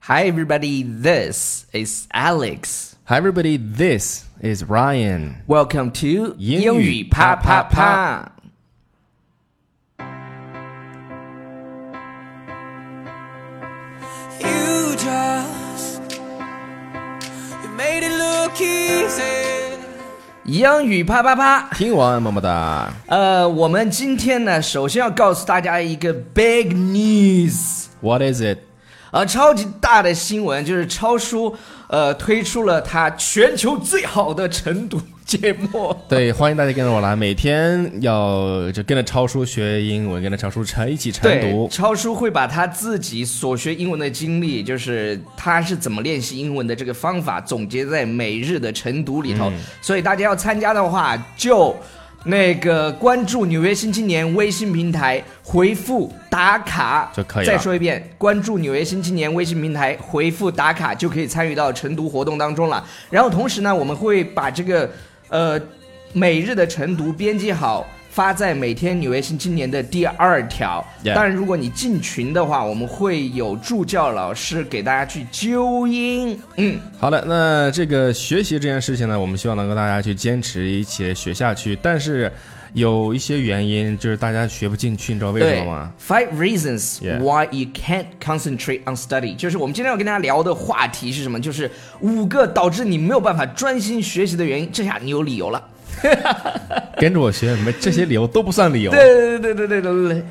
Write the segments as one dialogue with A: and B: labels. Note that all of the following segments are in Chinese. A: Hi everybody, this is Alex.
B: Hi, everybody. This is Ryan.
A: Welcome to
B: 英语啪啪啪。
C: You just you made it look easy.
A: 英语啪啪啪。
B: 听完么么哒。
A: 呃，我们今天呢，首先要告诉大家一个 big news，
B: What is it？
A: 呃，超级大的新闻就是超叔呃推出了他全球最好的晨读节目。
B: 对，欢迎大家跟着我来，每天要就跟着超叔学英文，跟着超叔晨一起晨
A: 对，
B: 读。
A: 超叔会把他自己所学英文的经历，就是他是怎么练习英文的这个方法，总结在每日的晨读里头。
B: 嗯
A: 所以大家要参加的话，就那个关注《纽约新青年》微信平台，回复打卡
B: 就可以了
A: 再说一遍，关注《纽约新青年》微信平台，回复打卡就可以参与到晨读活动当中了。然后同时呢，我们会把这个呃每日的晨读编辑好。发在每天《纽约新青年》的第二条，
B: Yeah
A: 当然，如果你进群的话，我们会有助教老师给大家去纠音。嗯，
B: 好的，那这个学习这件事情呢，我们希望能够大家去坚持一起学下去，但是有一些原因就是大家学不进去，你知道为什
A: 对
B: 么吗？
A: ，Five reasons
B: Yeah
A: why you can't concentrate on study，就是我们今天要跟大家聊的话题是什么？就是五个导致你没有办法专心学习的原因。这下你有理由了。
B: 跟着我学，没这些理由都不算理由。
A: 对对对对对对对。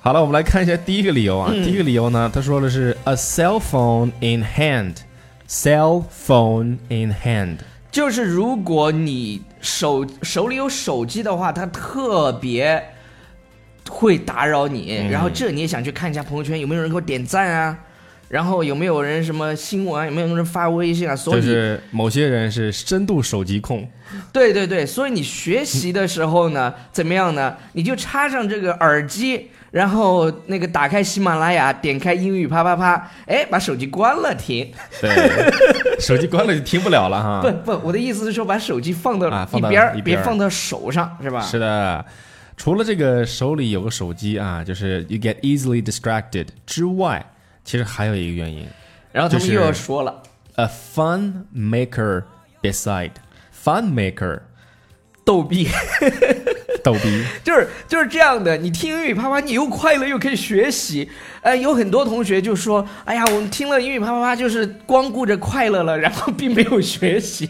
B: 好了，我们来看一下第一个理由啊。第一个理由呢，他说的是 a cell phone in hand，cell phone in hand。
A: 就是如果你手手里有手机的话，它特别会打扰你。
B: 嗯
A: 然后这你也想去看一下朋友圈有没有人给我点赞啊，然后有没有人什么新闻啊，有没有人发微信啊？所以、
B: 就是某些人是深度手机控，
A: 对对对，所以你学习的时候呢，怎么样呢？你就插上这个耳机。然后那个打开喜马拉雅，点开英语啪啪啪，哎，把手机关了停。
B: 对，手机关了就听不了了
A: 不
B: 哈。
A: 不，我的意思是说，把手机放到
B: 啊
A: 一
B: 放到
A: 边儿，
B: 一边
A: 别
B: 儿
A: 放到手上，是吧？
B: 是的，除了这个手里有个手机啊，就是 you get easily distracted 之外，其实还有一个原因
A: 然后他们
B: 就是
A: 又要说了，
B: ，a fun maker beside fun maker
A: 逗逼，
B: 逗逼，
A: 就是就是这样的。你听英语啪啪，你又快乐又可以学习。呃，有很多同学就说：“哎呀，我们听了英语啪啪啪，就是光顾着快乐了，然后并没有学习。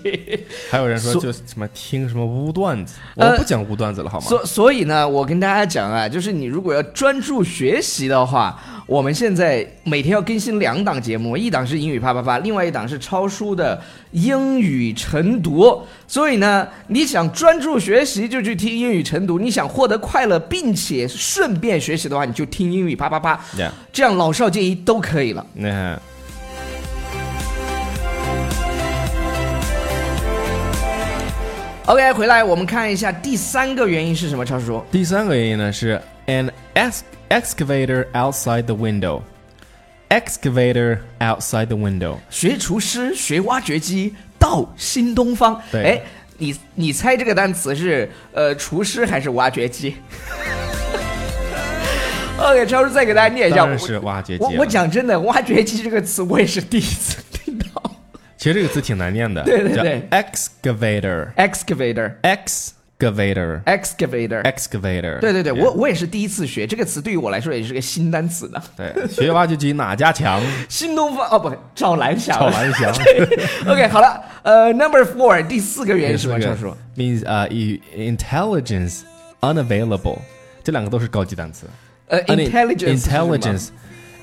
B: 还有人说
A: 所
B: 就什么听什么污段子，
A: 呃
B: 我不讲污段子了好”吗？
A: 所所以呢，我跟大家讲啊，就是你如果要专注学习的话，我们现在每天要更新两档节目，一档是英语啪啪啪，另外一档是超叔的英语晨读。所以呢，你想专注学习就去听英语晨读，你想获得快乐并且顺便学习的话，你就听英语啪啪啪，
B: Yeah，
A: 这样老少皆宜都可以了。
B: 那
A: OK，回来我们看一下第三个原因是什么？超叔，
B: 第三个原因呢是 an ex- excavator outside the window。Excavator outside the window，
A: 学厨师，学挖掘机，到新东方。
B: 对
A: 哎，你你猜这个单词是呃厨师还是挖掘机 ？OK，超叔再给大家念一下。
B: 当然
A: 我
B: 是挖掘机
A: 哎
B: 啊
A: 我
B: 了
A: 我讲真的，挖掘机这个词我也是第一次听到。
B: 其实这个词挺难念的，
A: 对对对
B: 叫 excavator
A: excavator
B: excavator
A: excavator，
B: excavator，
A: 对对对，
B: Yeah
A: 我我也是第一次学这个词，对于我来说也是个新单词呢。
B: 对学挖掘机哪 家强？
A: 新东方哦不，赵兰霞。
B: 赵兰祥
A: OK，好了，呃，Number Four 第四个原因是什么？
B: 这
A: 超
B: 个
A: 叔，
B: means 啊、i intelligence unavailable，这两个都是高级单词。
A: 呃
B: Un-
A: ，intelligence 是什么
B: intelligence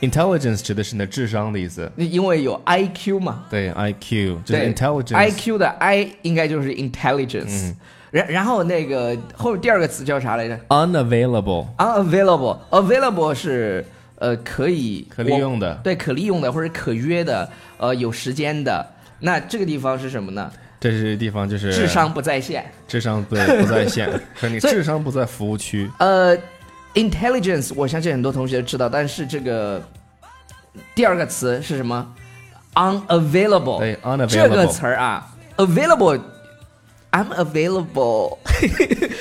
B: intelligence 啊指的是你的智商的意思，
A: 那因为有 IQ 嘛，
B: 对 IQ 就是
A: 对
B: intelligence 嗯
A: IQ 的 I 应该就是 intelligence，然、然后那个后面第二个词叫啥来着
B: unavailable。
A: ？unavailable，available 是呃可以
B: 可利用的
A: 我对，可利用的或者可约的，呃有时间的。那这个地方是什么呢？
B: 这是地方就是
A: 智商不在线。
B: 智商不不在线， 和你
A: 所以
B: 智商不在服务区。
A: 呃，intelligence，我相信很多同学知道，但是这个第二个词是什么？unavailable，
B: 对
A: 这个
B: ，unavailable
A: 词儿啊，available I'm available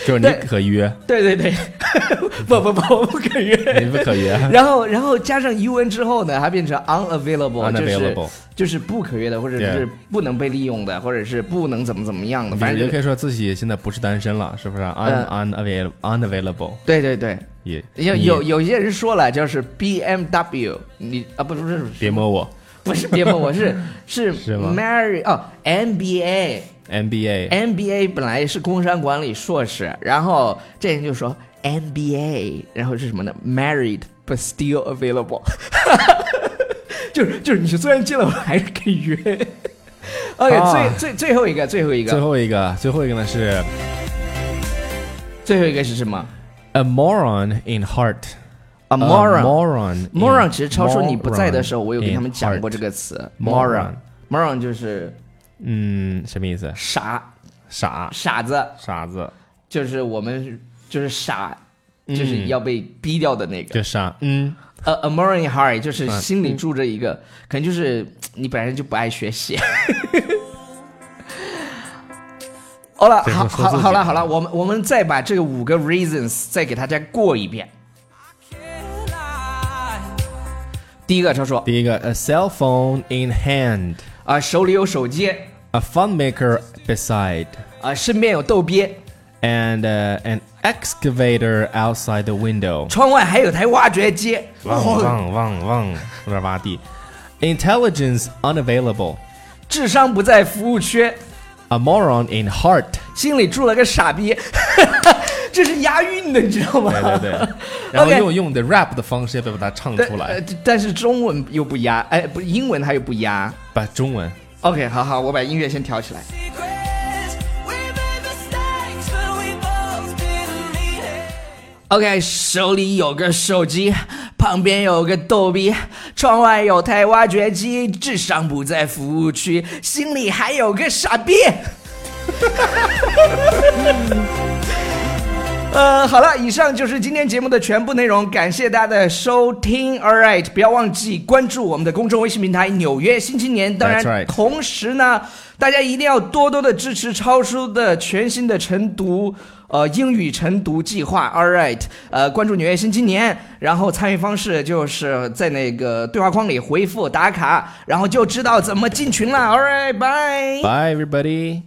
B: 就是你
A: 对
B: 可约，
A: 对对对， 不不不，我不可
B: 你
A: 约。
B: 不 可约
A: 然后，然后加上 un 之后呢，它变成 unavailable，就是
B: ，unavailable。
A: 就是不可约的，或者
B: Yeah
A: 是不能被利用的，或者是不能怎么怎么样的，
B: 你
A: 反正
B: 就
A: 就
B: 可
A: 是
B: 以说自己现在不是单身了，是不是？un
A: 呃
B: unavailable unavailable
A: 对对对，
B: 也
A: 有
B: 你
A: 有有些人说了，就是 BMW，你啊不是不是不
B: 别
A: 是
B: 摸我
A: 不是别摸我是是
B: 是吗
A: Mary 哦 MBA
B: MBA
A: MBA 本来是工商管理硕士，然后这人就说 MBA，然后是什么呢？Married but still available，就是就是你虽然结了婚还是可以约。OK，、
B: 啊
A: 最最最后一个最后一个
B: 最后一个最后一个呢是
A: 最后一个是什么
B: a moron in heart
A: ？A
B: a
A: moron。
B: 呃 moron in-
A: moron 其实超出你不在的时候，
B: moron
A: 我有跟他们
B: in
A: 讲过
B: heart
A: 这个词。
B: Moron
A: moron moron 就是
B: 嗯什么意思
A: 傻
B: 傻
A: 傻子，
B: 傻子
A: 就是我们就是傻，
B: 嗯
A: 就是要被逼掉的那个。
B: 就傻嗯
A: a a moron in heart 就是
B: 嗯
A: 心里住着一个，可能就是你本来就不爱学习。好了，
B: 这是
A: 好
B: 说自
A: 好
B: 己啊
A: 好了好了，我们我们再把这个五个 reasons 再给大家过一遍。
C: Can't lie.
A: 第一个，他说
B: 第一个 a cell phone in hand
A: 啊，手里有手机，
B: a fun maker beside
A: 啊，身边有逗鳖，
B: and uh, an excavator outside the window
A: 窗外还有台挖掘机。
B: 汪
A: 哦，
B: 汪汪汪，有点挖地。Intelligence unavailable,
A: 智商不在服务区，
B: a moron in heart 。
A: 心里住了个傻逼， 这是押韵的，你知道吗？
B: 对对对，然后
A: OK
B: 用用的 rap 的方式要不要把它唱
A: 但
B: 出
A: 呃
B: 来？
A: 但是中文又不押，哎，不，英文它又不押。
B: 把中文
A: OK，好好，我把音乐先调起来。
C: Secrets. We made mistakes, but we both didn't mean it.
A: OK，手里有个手机，旁边有个逗逼，窗外有台挖掘机，智商不在服务区，心里还有个傻逼。 呃，好了，以上就是今天节目的全部内容，感谢大家的收听。All right，不要忘记关注我们的公众微信平台《纽约新青年》，当
B: That's right
A: 然，同时呢，大家一定要多多的支持超叔的全新的晨读。呃，英语晨读计划，All right，呃，关注纽约新青年，然后参与方式就是在那个对话框里回复打卡，然后就知道怎么进群了，All right，bye。
B: ，Bye everybody。